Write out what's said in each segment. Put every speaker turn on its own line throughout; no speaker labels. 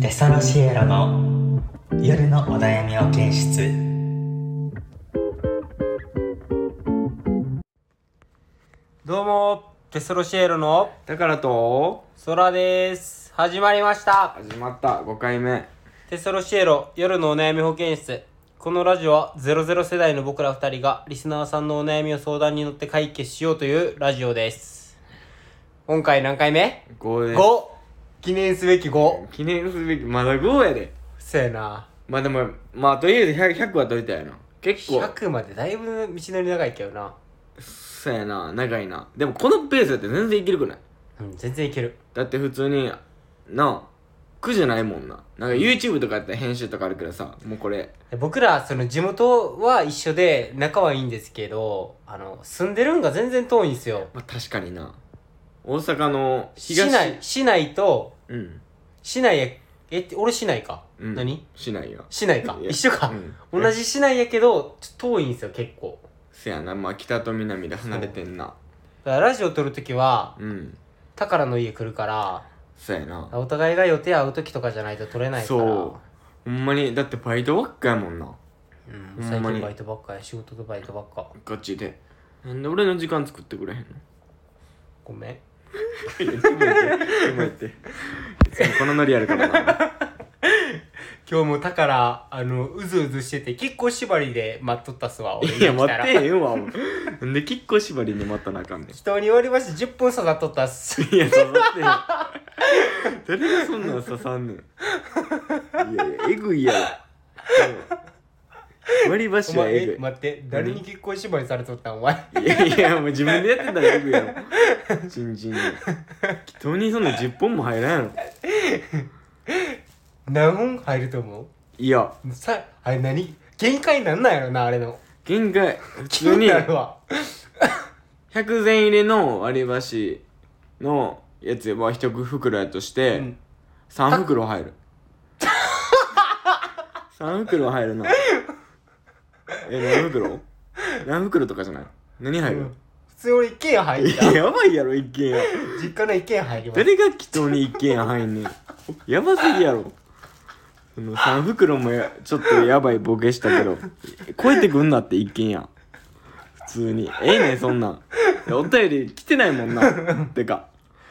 テソロシエロの夜のお悩みを検出
どうも、テソロシエロの
だからと
ソラです。始まりました。
始まった5回目
テソロシエロ夜のお悩み保健室。このラジオは00世代の僕ら二人がリスナーさんのお悩みを相談に乗って解決しようというラジオです。今回何回目
5です
?5! 記念すべき 5!
記念すべきまだ5やで
せやな。
まあでもまあとりあえず 100, 100は取りたいな結構
100までだいぶ道のり長いけどな。
そうやな長いなでもこのペースだって全然いけるくない
うん、全然いける。
だって普通になあ苦じゃないもんななんか YouTube とかやったら編集とかあるからさもうこれ
僕らその地元は一緒で仲はいいんですけどあの住んでるんが全然遠いんですよ
まあ確かにな大阪の
市
東
内市内と
うん
市内やえって俺市内か、
うん
何
市内や
市内か
いや
一緒か、
うん
同じ市内やけどちょっと遠いんですよ結構
せやなまあ北と南で離れてんな
だからラジオ撮るときは
うん
宝の家来るから
そうやな
お互いが予定合うときとかじゃないと撮れないから
そうほんまにだってバイトばっかやもんな
う、ん、
ほんま
最
に
近バイトばっかや仕事とバイトばっか
ガチでなんで俺の時間作ってくれへんの
ごめん
いやちょっと待ってちょっと待っていつもこのノリやるか らな
今日も宝あのうずうずしてて結構縛りで待っとったっすわ俺
いや
家来
待
た
っ
ら
てへんわもうなんで結構縛りに待ったなあかんねん
人に言われまして10分刺さっとったっす
いや刺さってへん誰がそんなん刺さんねんいやいやえぐいやろ割 り
お
箸は
前
えぐ
え待って誰に結婚縛りされとったんお前
いいやいやもう自分でやってたらえぐいやろチンチンに人にそんな10本も入らんやろ
何本入ると思う
いや
さあれ何限界なんなんやろなあれの
限界普
気
通
に
に
なるわ
100膳入れの割り箸のやつは一袋やとし
う
て
ん
3袋入る3袋入るなえ何袋何袋とかじゃない何入る、
普通俺一軒家入っ
い
た
ややばいやろ一軒家
実家の一軒家入りました
誰が祈祷に一軒家入んねんやばすぎやろその3袋もやちょっとやばいボケしたけど超えてくんなって一軒家普通にええねんそんなんいやお便り来てないもんなてか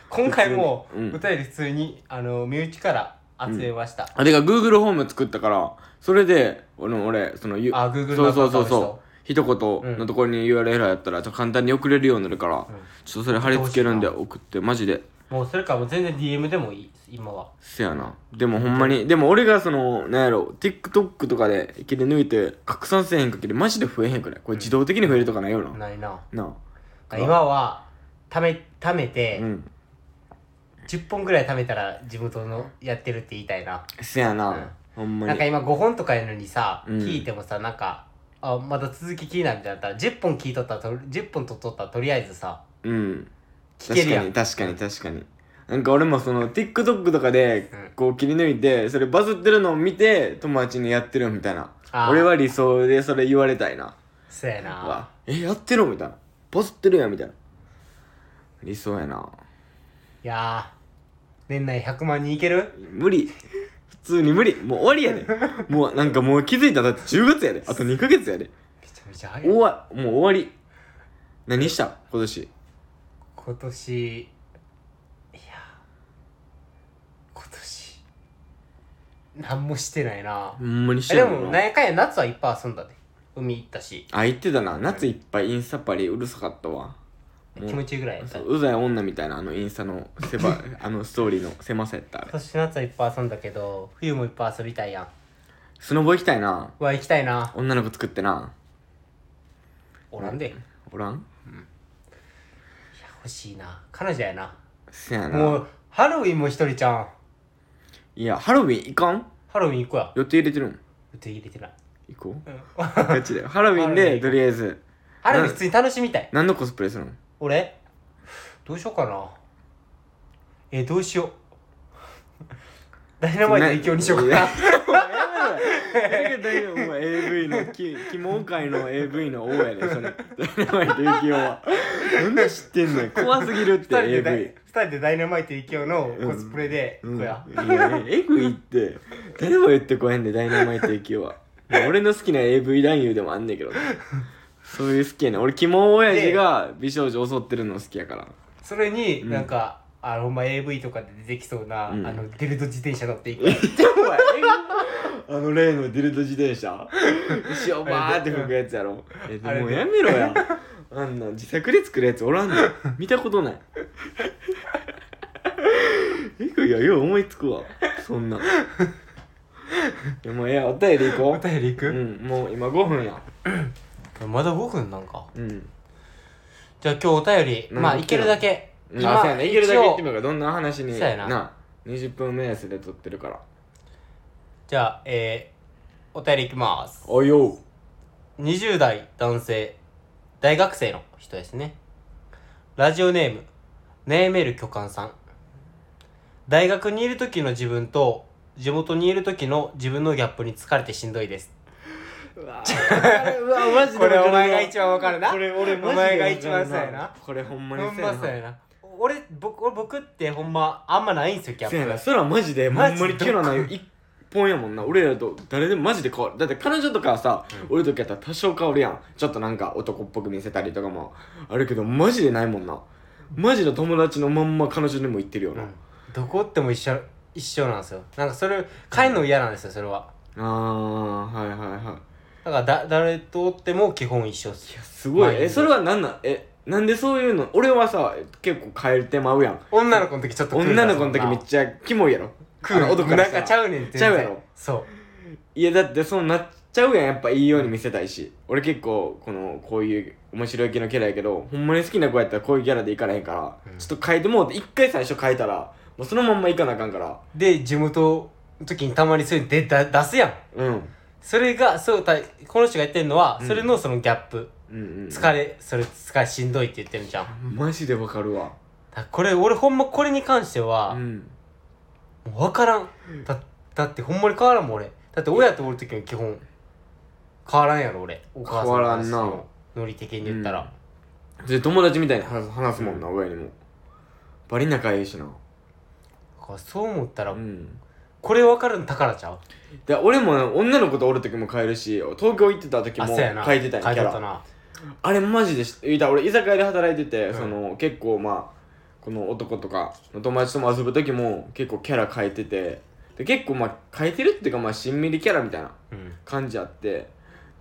今回もお
うん
便り普通にあの身内から集めました
あれが Google ホーム作ったからそれで俺俺そのゆ
あ Google
そうそうそ
のアカウント
うそう一言のところに URL やったらちょっと簡単に送れるようになるから、ちょっとそれ貼り付けるんで送ってマジで
もうそれかもう全然 DM でもいいです今は
せやなでもほんまにでも俺がそのなんやろ TikTok とかで切り抜いて拡散せえへんかけりマジで増えへんくないこれ自動的に増えるとかないよな、
ないな
なあ
今はためためて、
うん
10本ぐらい貯めたら地元のやってるって言いたいな
せやな、ほんま
なん
に
か今5本とかやのにさ、
うん
聞いてもさなんかあまだ続き気になるみたいになったら10本聞いとったらと10本とっとったらとりあえずさ
うん
聞け
確
るや
か
ん
に確かに確かになんか俺もその TikTok とかで
うん
こう切り抜いてそれバズってるのを見て友達にやってるみたいな
あー
俺は理想でそれ言われたいな
そうやな
わえやってるみたいなバズってるやんみたいな理想やない
やー年内100万人いける
無理普通に無理もう終わりやでもうなんかもう気づいたらだって10月やであと2ヶ月やで
めちゃめちゃ早
終
い
わもう終わり何した今年
今年いや今年何もしてないな
ほんまにし
え
て
で
ない
もなんやかんや夏はいっぱい遊んだで海行ったし
あ言ってたな夏いっぱいインスタパリうるさかったわ
気持ちいいぐらいやった
そううざい女みたいなあのインスタの狭 あのストーリーの狭さやったあれ
今年の夏はいっぱい遊んだけど冬もいっぱい遊びたいやん
スノボ行きたいな
うわ行きたいな
女の子作ってな
おらんで
おらん
欲しいな彼女やな
せ
も
やな
うハロウィンも一人ちゃん
いやハロウィン行かん
ハロウィン行こうや
予定入れてるん
予定入れてない
行こ う
ハ
ガチでハロウィン
ハロウィン
で
行こう
とりあえず
ロウィン普通に楽しみたい
何のコスプレするの
俺どうしようかなえどうしよう ダイナマイト一強にしようかな
ねやめろよ。お前 AV のき、キモ界の AV の王やで、それ。名前と幸雄は。なんで知ってんのよ。怖すぎるって
二人で
AV。
二タでダイナマイト勢いのコスプレで、
うん、
こ
い
や
やえぐいって誰も言ってこへんでダイナマイト駅はもう俺の好きな AV 男優でもあんねんけどねそういう好きやねん俺キモ親父が美少女襲ってるの好きやから
それに、
うん
なんかあのほんま AV とかで出てきそうな、
うん
あのデルド自転車乗っていく
あの例のディルド自転車後ろバーって吹くやつやろえ
あれ
でもうやめろやあんな自作で作るやつおらんねん見たこと ないえぐいやよう思いつくわそんなんいやもうええやお便り行こう
お便り行く、
うん、もう今5分や。
まだ5分なんか
うん。
じゃあ今日お便り、
うん
まあいけるだけ
まあ、そうやね。いけるだけ言ってみ
一応
ようか。どんな話に。
そうやな
20分目安で撮ってるから。
じゃあえー、お便りいきます
おいよ。
20代男性大学生の人ですねラジオネームネーメル巨漢さん大学にいる時の自分と地元にいる時の自分のギャップに疲れてしんどいです
うわ、うわマジでわか
これ
るわ。
お前が一番わかるな
これ俺マジで
お前が
わかる
一番そうやな。
これほんまに
ほんまそうやな俺僕俺僕ってほんまあんまないんすよギャ
そうやな。
ップ
そらマジで、ほんま
マジで
にキャラない一本やもんな。俺らと誰でもマジで変わる。だって彼女とかはさ、俺とかやったら多少変わるやん。ちょっとなんか男っぽく見せたりとかもあるけど、マジでないもんな。マジの友達のまんま彼女にも言ってるよな。
うんどこおっても一緒一緒なんですよなんかそれ帰るの嫌なんですよそれは
あー、はいはいはい。
だからだ誰とおっても基本一緒っす
すごい、
毎日
えそれは何なんえなんでそういうの俺はさ結構変えてまうやん
女の子の時ちょっとクールだ
女の子の時
そん
め
な
っちゃキモいやろあの男か
な
ら
ん
した
からちゃうねん全然
ちゃうやろ
そう
いやだってそうなっちゃうやんやっぱいいように見せたいし俺結構このこういう面白い系のキャラやけどほんまに好きな子やったらこういうキャラでいかれへんから、
うん
ちょっと変えてもうて一回最初変えたらもうそのまんまいかなあかんから
で地元の時にたまにそういうデータ出すやん
うんうん
それがそうたこの人が言ってるのは、
うん
それのそのギャップ
うん
疲れそれ疲れしんどいって言ってるじゃんだか
マジでわかるわ
らこれ俺ほんまこれに関しては、
うん
もう分からんだだってほんまに変わらんもん俺だって親とおる時も基本変わらんやろ俺お母さんと
変わらんな
私のノリ的に言ったら、
で友達みたいに話す話すもんな、親にもバリ仲いいしな
だからそう思ったら、
うん
これ分かるの宝ちゃう
で俺もね女の子とおる時も変えるし東京行ってた時
あ
も
そうやな
変えてたんや
変
キ
え
ャ
てた
ラ
な
あれマジでし言うたら俺居酒屋で働いてて、
うん
その結構まあこの男とかの友達とも遊ぶ時も結構キャラ変えててで結構まあ変えてるっていうかまあしんみりキャラみたいな
うん
感じあって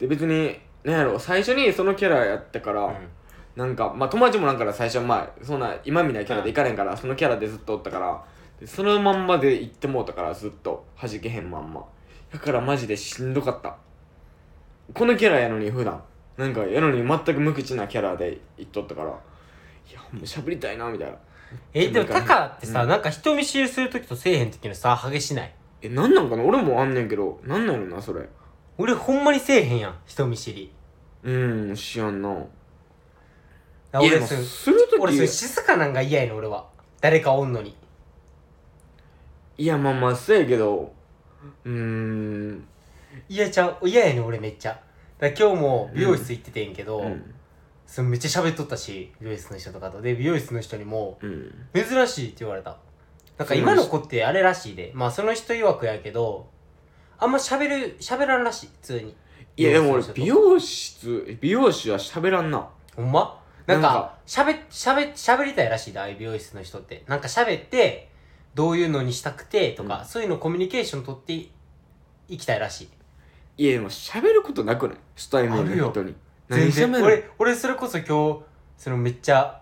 で別になんやろ最初にそのキャラやったから、
うん
なんかまあ友達もなんか最初はまあそんな今みたいなキャラでいかれんから、そのキャラでずっとおったからでそのまんまで行ってもうたからずっと弾けへんまんまだからマジでしんどかったこのキャラやのに普段なんかやのに全く無口なキャラで行っとったからいやもう喋りたいなみたいな
えでもタカってさ、
うん
なんか人見知りする時とせえへん時のさ激しない
えなんなんかな俺もあんねんけどなんなんやろなそれ
俺ほんまにせえへんやん人見知り
うん知らんない
あ
やで
俺
も
そう
すると
俺
き
そう静かなんが嫌やねん俺は誰かおんのに
いやまあまあそうやけどうーん
嫌ちゃう嫌やねん俺めっちゃだから今日も美容室行っててんけど、
うん
そのめっちゃ喋っとったし美容室の人とかとで美容室の人にも
うん
「珍しい」って言われたなんか今の子ってあれらしいでまあその人曰くやけどあんま喋る喋らんらしい普通に
いやでも俺
美
美
容室の人と
容室美容師は喋らんな
ほんまなん
なん
か
か
喋喋喋りたいらしいでああいう美容室の人ってなんか喋ってどういうのにしたくてとか、
うん
そういうのコミュニケーション取っていいきたいらしい
いやでも喋ることなくない初対面の人に
全然
喋る
俺俺それこそ今日そのめっちゃ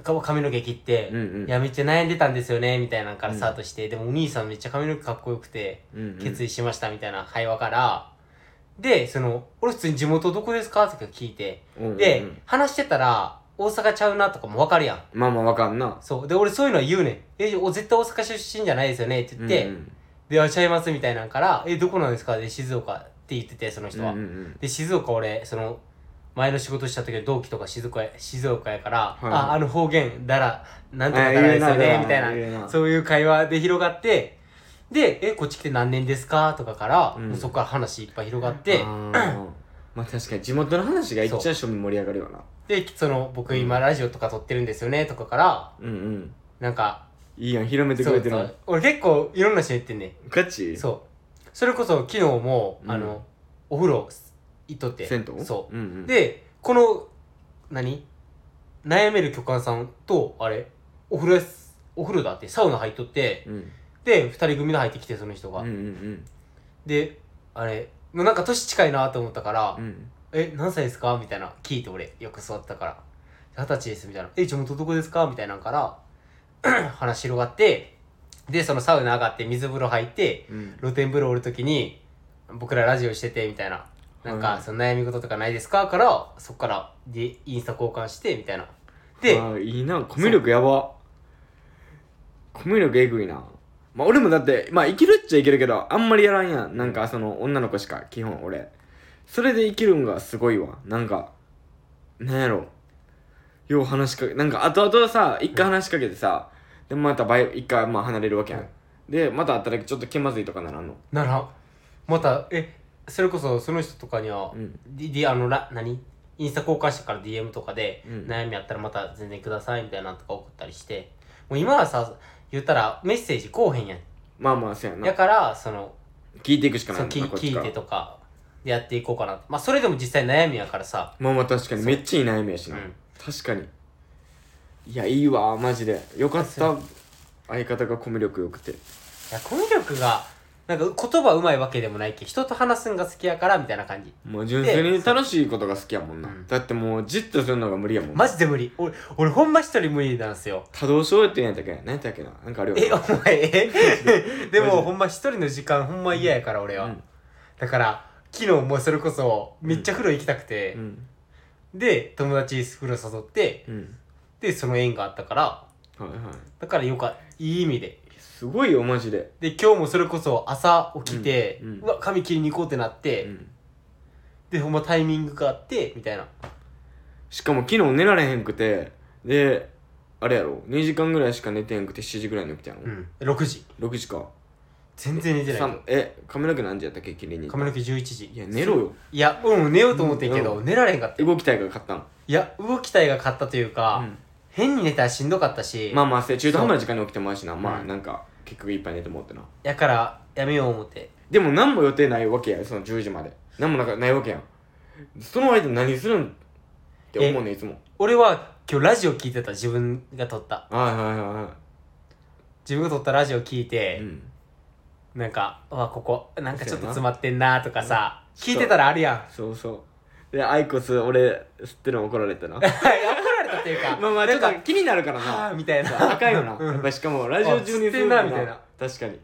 か髪の毛切って、
うんうん
いやめっちゃ悩んでたんですよねみたいなのからスタートして、でもお兄さんめっちゃ髪の毛かっこよくて
うんうん
決意しましたみたいな会話から、でその俺普通に地元どこですかとか聞いて
うんうん
で、話してたら大阪ちゃうなとかも分かるやん
まあまあわかんな
そうで俺そういうのは言うねん「えお絶対大阪出身じゃないですよね」って言って「
うんうん
であちゃいます」みたいなんから「えどこなんですか?」で静岡って言っててその人は、
うんうん
で静岡俺その前の仕事した時の同期とか静岡や静岡やから、
いはい
ああの方言だらなんとか
あ
だらですよ
言う
ね
な
みた
言
いうな
な
そういう会話で広がってで「えこっち来て何年ですか?」とかから、
うん
もうそこから話いっぱい広がって
あーまあ確かに地元の話が一番庶民盛り上がるよな
でその僕今ラジオとか撮ってるんですよねとかから
うんうん
なんか
いいやん広めてく
そう
れてるの
俺結構いろんな人に言ってんね
ガチ
そうそれこそ昨日も、
うん
あのお風呂行っとって
銭湯
そう、
うんうん、
でこの何悩める巨漢さんとあれお風呂やすお風呂だってサウナ入っとって
うん
で2人組で入ってきてその人
う
が、
んうん
であれなんか年近いなと思ったから「
うんうん
え何歳ですか?」みたいな聞いて俺よく座ってたから「二十歳です」みたいな「え地元どこですか?」みたいなんから 話広がってでそのサウナ上がって水風呂入って
うん
露天風呂おるときに僕らラジオしててみたいななん
は
か
い
その悩み事とかないですかからそっからでインスタ交換してみたいなで
あーいいなコミュ力やばコミュ力えぐいなまあ俺もだってまあいけるっちゃいけるけどあんまりやらんやんなんかその女の子しか基本俺それでいけるんがすごいわなんかなんやろよう話しかけなんか後々さ一回話しかけてさ、でまたバイ一回まあ離れるわけやん、
うん
でまた会ったらちょっと気まずいとかならんの
ならまたえそれこそその人とかには、
うん
D D あのら何インスタ交換してから DM とかで、
うん
悩みあったらまた全然くださいみたいなのとか送ったりしてもう今はさ言ったらメッセージこうへんやん
まあまあそうやな
だからその
聞いていくしかない
そ
も
うん
な
聞
こっち
聞
か
い
ら
てとかでやっていこうかなまあそれでも実際悩みやからさ
まあまあ確かに
そう
めっちゃいい悩みやしな、
うん
確かにいやいいわマジでよかった相方がコミュ力良くて
いや、コミュ力が、なんか言葉うまいわけでもないけど、人と話すんが好きやから、みたいな感じ。
もう純粋に楽しいことが好きやもんな、
うん
だってもうじっとするのが無理やもん
マジで無理。俺、俺ほんま一人無理なんすよ。
多動症って言うんやったっけ何やったっけななんかあるよ
え、お前、えで
マジ
も
で
ほんま一人の時間ほんま嫌やから、俺は。
うん
だから、昨日もそれこそ、めっちゃ風呂行きたくて、
うん
で、友達風呂誘って、
うん
で、その縁があったから、
はいはい
だからよかいい意味で。
すごいよマジで
で、今日もそれこそ朝起きて、
う
うん
うん
わ、髪切りに行こうってなって、
うん
で、ほんまタイミングがあって、みたいな。
しかも昨日寝られへんくてであれやろ2時間ぐらいしか寝てへんくて7時ぐらいに起きたやろ、
うん。6時。
6時か
全然寝てない
さんえ髪の毛何時やったっけ切りに
髪の毛11時
いや寝ろよ
いやうん寝ようと思ってんけど、
うん
寝られへんかったい
動きたいから買ったの
や動きたいが勝ったというか、
うん
変に寝たらしんどかったし、
まあまあせ中途半端な時間に起きてもあるしなまあ
うん
なんか結局いっぱい寝てもってな
やからやめよう思って
でも何も予定ないわけやんその10時まで何もなんかないわけやんその間何するんって思うねいつも
俺は今日ラジオ聞いてた自分が撮った
はいはいは
自分が撮ったラジオ聞い
い
て
う、ん
なんかうわここなんかちょっと
そうや
詰まってんなとかさ、
うん
聞いてたらあるやん
そうそうでアイコス俺吸ってるの怒られたなま
はい怒られたというか
あ まあ
な
ちょ
ん
っ
か
と気になるから
あ
な
ーみ たいな
赤いよな
うん
やっぱしかもラジオ中に
あ吸ってんなみたいな
確かに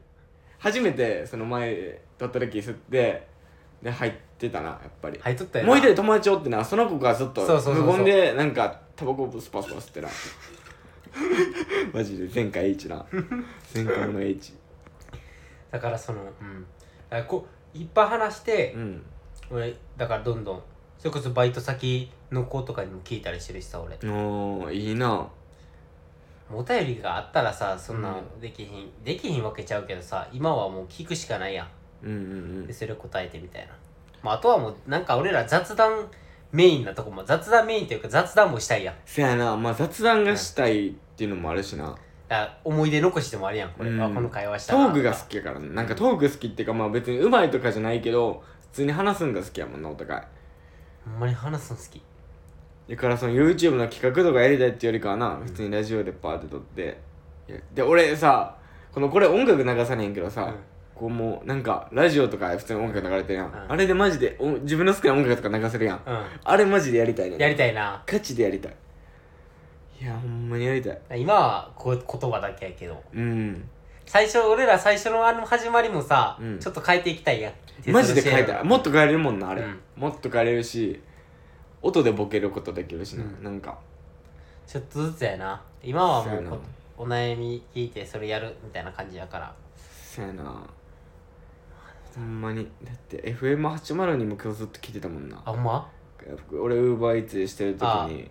初めてその前撮った時吸ってで入ってたなやっぱり
入っとったよな
もう一人友達おってなその子がずっと
そうそうそうそう
無言でなんかタバコをスパスパ吸ってな マジで前回 H な前回の H
だからそのうんだからこいっぱい話して、
うん
俺だからどんどんそれこそバイト先の子とかにも聞いたりしてるしさ俺
おーいいな
お便りがあったらさそんな
うん
できひん、できひんわけちゃうけどさ今はもう聞くしかないやん
うんうん
でそれ答えてみたいな、まあ、あとはもうなんか俺ら雑談メインなとこも雑談メインというか雑談もしたいやん
せやなまあ雑談がしたいっていうのもあるしな
だから思い出残しでもあるやんこれ、
うん
あこの会話した
ト
な
ークが好きやからななんかトーク好きっていうかまあ別にうまいとかじゃないけど普通に話すんが好きやもんなお互い
ほんまに話すの好き
だからその YouTube の企画とかやりたいっていうよりかはな普通にラジオでパーって撮っていやで俺さこのこれ音楽流さねえんけどさ、
うん
こうもうなんかラジオとか普通に音楽流れてるやん、
うん
あれでマジでお自分の好きな音楽とか流せるやん、
う
あれマジでやりたいね
んやり
い
たいな
ガチでやりたいいやほんまにやりたい
今はこう言葉だけやけど
うん
最初俺ら最初のあの始まりもさ、
うん
ちょっと変えていきたいやん
マジで変え
テストのシェ
た
ア
いもっと変えれるもんなあれ、
うん
もっと変えれるし音でボケることできるしな、
うん
なんか
ちょっとずつやな今はも
そう
う
やな
こお悩み聞いてそれやるみたいな感じやから
そやなほんまにだって FM802 も今日ずっと聞いてたもんな
あほんま
俺ウーバーイーツでしてる時
あ
に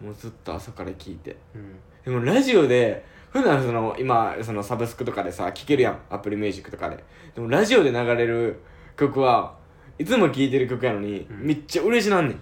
もうずっと朝から聞いて
うん
でもラジオで普段その今そのサブスクとかでさ聴けるやんアップルミュージックとかででもラジオで流れる曲はいつも聴いてる曲やのに、めっちゃ嬉しなんねん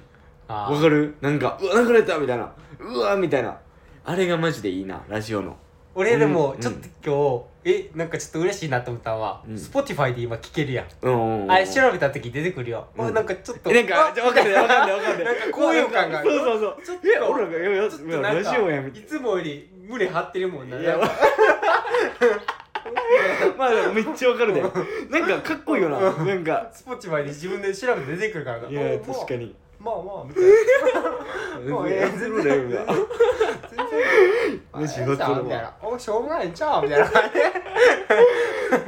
あ
わかるなんかうわ流れたみたいなうわみたいなあれがマジでいいなラジオの
俺でもちょっと今日、えなんかちょっと嬉しいなと思ったのは、
うん
Spotify で今聞けるやん、
うんうんうん
あれ調べた時出てくるよ、
うん
おなんかちょっと
えなんか
あ
じゃわかんないわかんないわかんない
なんか高揚感がある
そうそうそう
ちょっと
いや俺らがいやいや
ちょっとなん
ラジ
か
オやみたい
いつもより胸張ってるもんない
や
なんか
まあでもめっちゃわかるねなんかかっこいいよななんか
Spotify で自分で調べて出てくるからない
や確かに
まあまあまあみたいな
全
もう
然
ええ
やってるね今
全然
むしろそれは
あええんちゃうみたいなおしょうもないんちゃうみたい な感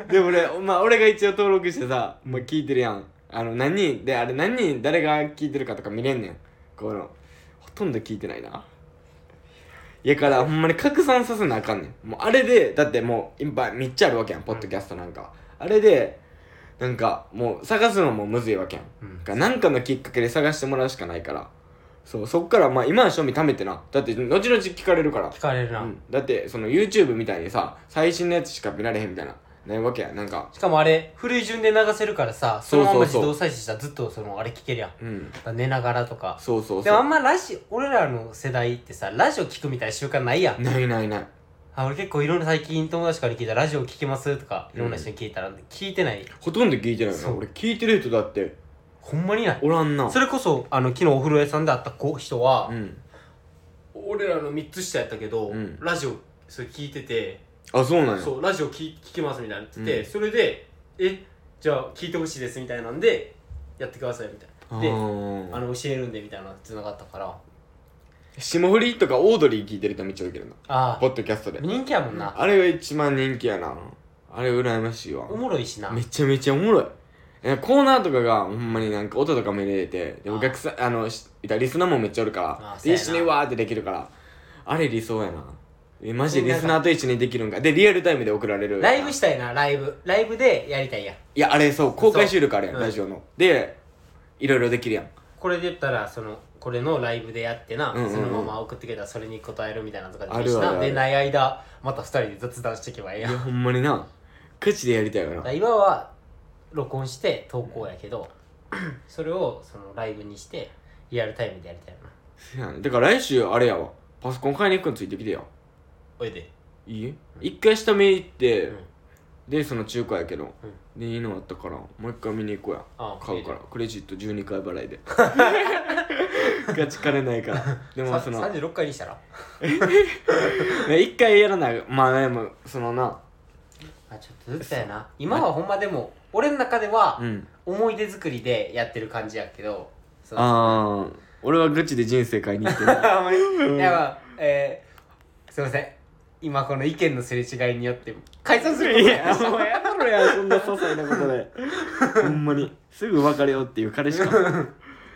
じ
で俺まあ俺が一応登録してさもう聞いてるやんあの何人であれ何人誰が聞いてるかとか見れんねんこのほとんど聞いてないないやからほんまに拡散させなあかんねんもうあれでだってもう今めっちゃあるわけやんポッドキャストなんか、あれでなんかもう探すのもむずいわけやん、
うん
かなんかのきっかけで探してもらうしかないからそうそっからまあ今は賞味貯めてなだって後々聞かれるから
聞かれるな、
うん、だってその YouTube みたいにさ最新のやつしか見られへんみたいなないわけやなんか
しかもあれ古い順で流せるからさそのまま
そうそ
自
うそう
動再生したらずっとそのあれ聞けるやんだか
うん
ら寝ながらとか
そうそう
でもあ
そうん
まラジオ俺らの世代ってさラジオ聞くみたいな習慣ないやん
ないないない
あ俺結構いろんな最近友達から聞いたらラジオ聞きますとかいろんな人に聞いたら聞いてない、
ほとんど聞いてないよな
そう
俺聞いてる人だって
ほんまにない
おらんな
それこそあの昨日お風呂屋さんで会った子人は、
うん
俺らの3つ下やったけど、
うん
ラジオそれ聞いてて、
あそうなんや
そうラジオ聞聞きますみたいなの言ってて、
うん
それでえじゃあ聞いてほしいですみたいなんでやってくださいみたい
あ
なであ
ー
の教えるんでみたいなつながったから
霜降りとかオードリー聞いてる人めっちゃウケるな
あ
ポッドキャストで
人気やもんな、
あれが一番人気やなあれ羨ましいわ
おもろいしな
めちゃめちゃおもろいえコーナーとかがほんまになんか音とかも入れてで
あー
お客さんあのしいたリスナーもめっちゃおるから
あー
で一
そ
緒
うやな
にわーってできるからあれ理想やなえマジでリスナーと一緒にできるんかでリアルタイムで送られる
ライブしたいなライブライブでやりたいやん
いやあれそう公開収録あるやん、
そううん
ラジオのでいろいろできるやん
これで言ったらそのこれのライブでやってな、
うんうんうん
そのまま送ってくれたらそれに答えるみたいなのとかでもいい
あ
し
るあ
な
るある
でない間また2人で雑談していけばいいや
い
ん
や
だか
ほんまになガチでやりたいよな
ら今は録音して投稿やけど それをそのライブにしてリアルタイムでやりたいな
せやねだから来週あれやわパソコン買いに行くんついてきてよ
おいで
いい一回下見行って、
うん
でその中古やけど、
う
でいいのあったからもう一回見に行こうや
あ
買うから
い
クレジット12回払 いでガチ金ないからでも
さ
その
36回にしたら
ね一回やらないまあでもそのな
あちょっとずつやな今はほんまでも俺の中では
うん
思い出作りでやってる感じやけどその
ああ俺はガチで人生買いに行ってる
あんまりいやまあえー、すいません今この意見のすれ違いによって解散すること
い
になりま
や
し
もうやめろやそんな些細なこと でほんまにすぐ別れようっていう彼し か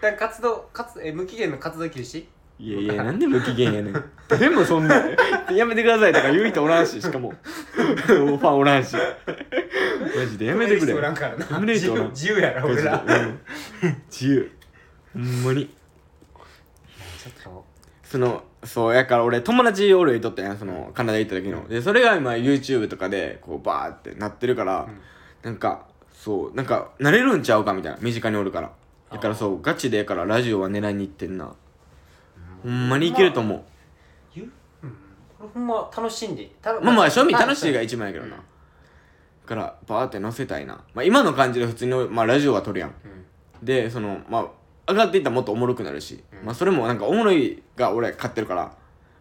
ただ活動活えー無期限の活動休止
いやいやなんで無期限やねん でもそんなやめてくださいとか言う人おらんししかもファンおらん しマジでやめてく
止
れ
める人おらんからな
止める
自
人おら
由
ん
自由やろ俺ら
うん自由ほんまに
ちょっと
そのそうやから俺友達おるいとったやんそのカナダ行った時のでそれが今 YouTube とかでこうバーってなってるから、
ん
なんかそうなんか慣れるんちゃうかみたいな身近におるからだからそうガチでやからラジオは狙いに行ってんなほんまにいけると思う
言う、うん、これほんま楽しんでた
まあまあ庶民楽しいが
い
一番やけどな、だからバーって載せたいな、まあ、今の感じで普通に、まあ、ラジオは撮るやんでそのまあ上がっていったらもっとおもろくなるし、まあ、それもなんかおもろいが俺買ってるから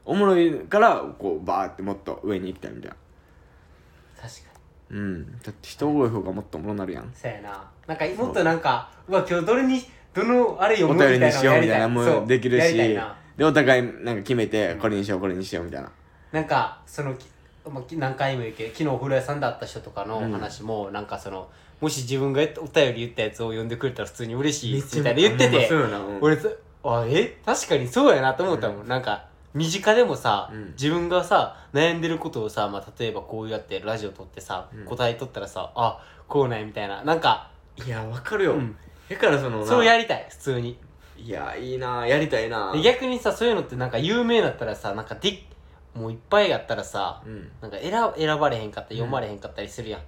おもろいからこうバーってもっと上に行きたいみたいな
確かに
うんだって人多い方がもっとおもろなるやん
そうやななんかもっとなんかうわ今日どれにどのあれ読
お
むみたい
便り
な
に
の
しようみたいな
やり
も
そう
できる
や
し
りたいな
でお互いなんか決めてこれにしようこれにしようみたいな
なんかそのきまあき何回も言うけど昨日お風呂屋さんで会った人とかの話も、なんかそのもし自分がお便り言ったやつを読んでくれたら普通に嬉しいみたいな言ってて、
そうやな、うん
俺そあえ確かにそうやなと思ったもん、なんか身近でもさ、
うん
自分がさ悩んでることをさ、まあ、例えばこうやってラジオ撮ってさ、
うん
答えとったらさあこうなんやみたいななんか
いやわかるよ、
うん
だからそのな
そうやりたい普通に
いやいいなやりたいな
で逆にさそういうのってなんか有名だったらさなんかでもういっぱいやったらさ、
うん
なんか選選ばれへんかったり読まれへんかったりするやん、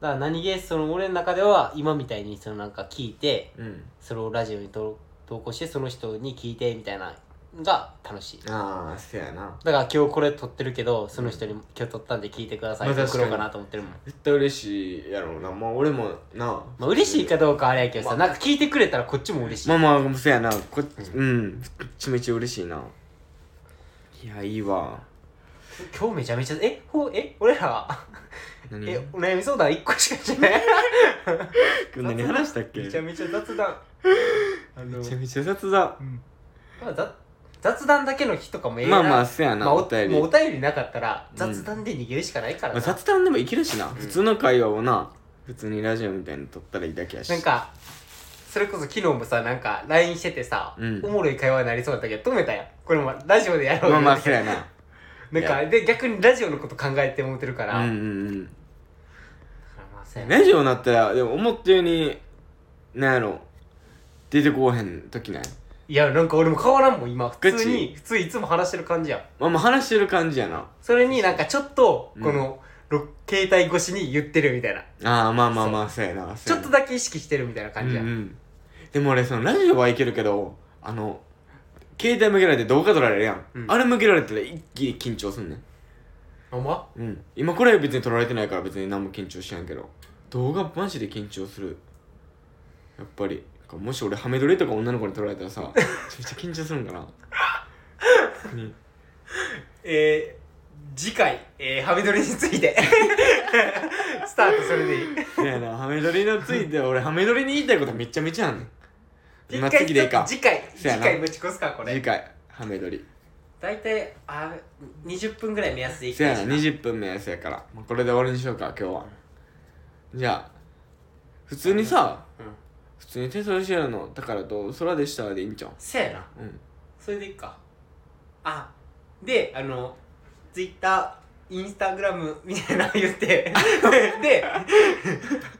だから何気にその俺の中では今みたいにそのなんか聞いて
うん
それをラジオに投投稿してその人に聞いてみたいなのが楽しい
ああそうやな
だから今日これ撮ってるけどその人に今日撮ったんで聞いてください
まあ
って
確か
送
に
ろうかなと思ってるもん
絶対嬉しいやろうなまあ俺もな
まあ嬉しいかどうかはあれやけどさなんか聞いてくれたらこっちも嬉しい
まあまあそうやなこっちうんこっちめっちゃ嬉しいないやいいわ
今日めちゃめちゃえほえ俺ら
何
えお悩み相談1個しかしてない
何話したっけ
めちゃめちゃ雑談あの
めちゃめちゃ雑だ
まあざ雑談だけの日とかもええな
まあまあそうやな
まあ、お
お
便
便
り
り
もうお便りなかったら
うん
雑談で逃げるしかないから
まあ
な、
雑談でもいけるしな普通の会話をな普通にラジオみたいに撮ったらいいだけやし
なんかそれこそ昨日もさなんか LINE しててさ、
うん
おもろい会話になりそうだったけど止めたやんこれもラジオでやろう
まあ
よ
まあそうやな
なんかで逆にラジオのこと考えて思ってるから、
うん
だ
うん
からまあそう
う
や
ん
な
ラジオになったらでも思ったようになんやろ出てこうへん時ない
いやなんか俺も変わらんもん今普
ガチ
通に普通いつも話してる感じやん
まあまあ話してる感じやな
それになんかちょっと
うん
この、ろ携帯越しに言ってるみたいな
ああまあまあまあそうやな
ちょっと
だ
だけ意識してるみたいな感じや、
うんうんでも俺そのラジオはいけるけどあの携帯向けられて動画撮られるやん、
うん
あれ向けられたら一気に緊張すんねん
ほんま
うん今これは別に撮られてないから別に何も緊張しやんけど動画マジで緊張するやっぱりもし俺ハメ撮りとか女の子に撮られた らさめちゃめちゃ緊張するんかなうん
えー、次回、えー、ハミドリについて スタートそれでいい
いやなハメ撮りのついて俺ハメ撮りに言いたいことめっちゃめちゃあんねん今
一回
次でいいか
次回
そ
次
やな
回ぶち越すかこ
次
れ
回ハメ撮り
大体あ20分ぐらい目安でいき
せ
た
や
いし
な20分目やせやからもうこれで終わりにしようか今日はじゃあ普通にさ、
うん
普通にテソロシエルの宝と空でしたでいいんじゃん
せやな
うん
それでいいかあであのツイッターインスタグラムみたいなの言って で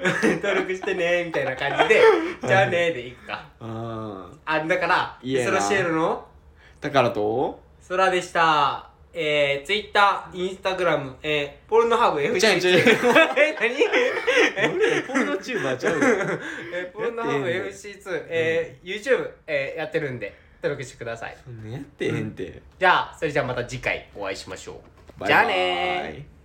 登録してねみたいな感じで「じゃあね」でいくか
ああ
あだから
いいや
ソ
な
ロシエルの
宝と
空でした。えー、ツイッター、インスタグラム、えー、ポルノハブ F
ちゃうちゃう
え、何
ポルノチューバーちゃうよ
えー、ポルノハブ FC2、えー、YouTube、えー、やってるんで、登録してください。
そんなやってへんて、
じゃあ、それじゃあまた次回お会いしましょう。
バイバイ
じゃあねー。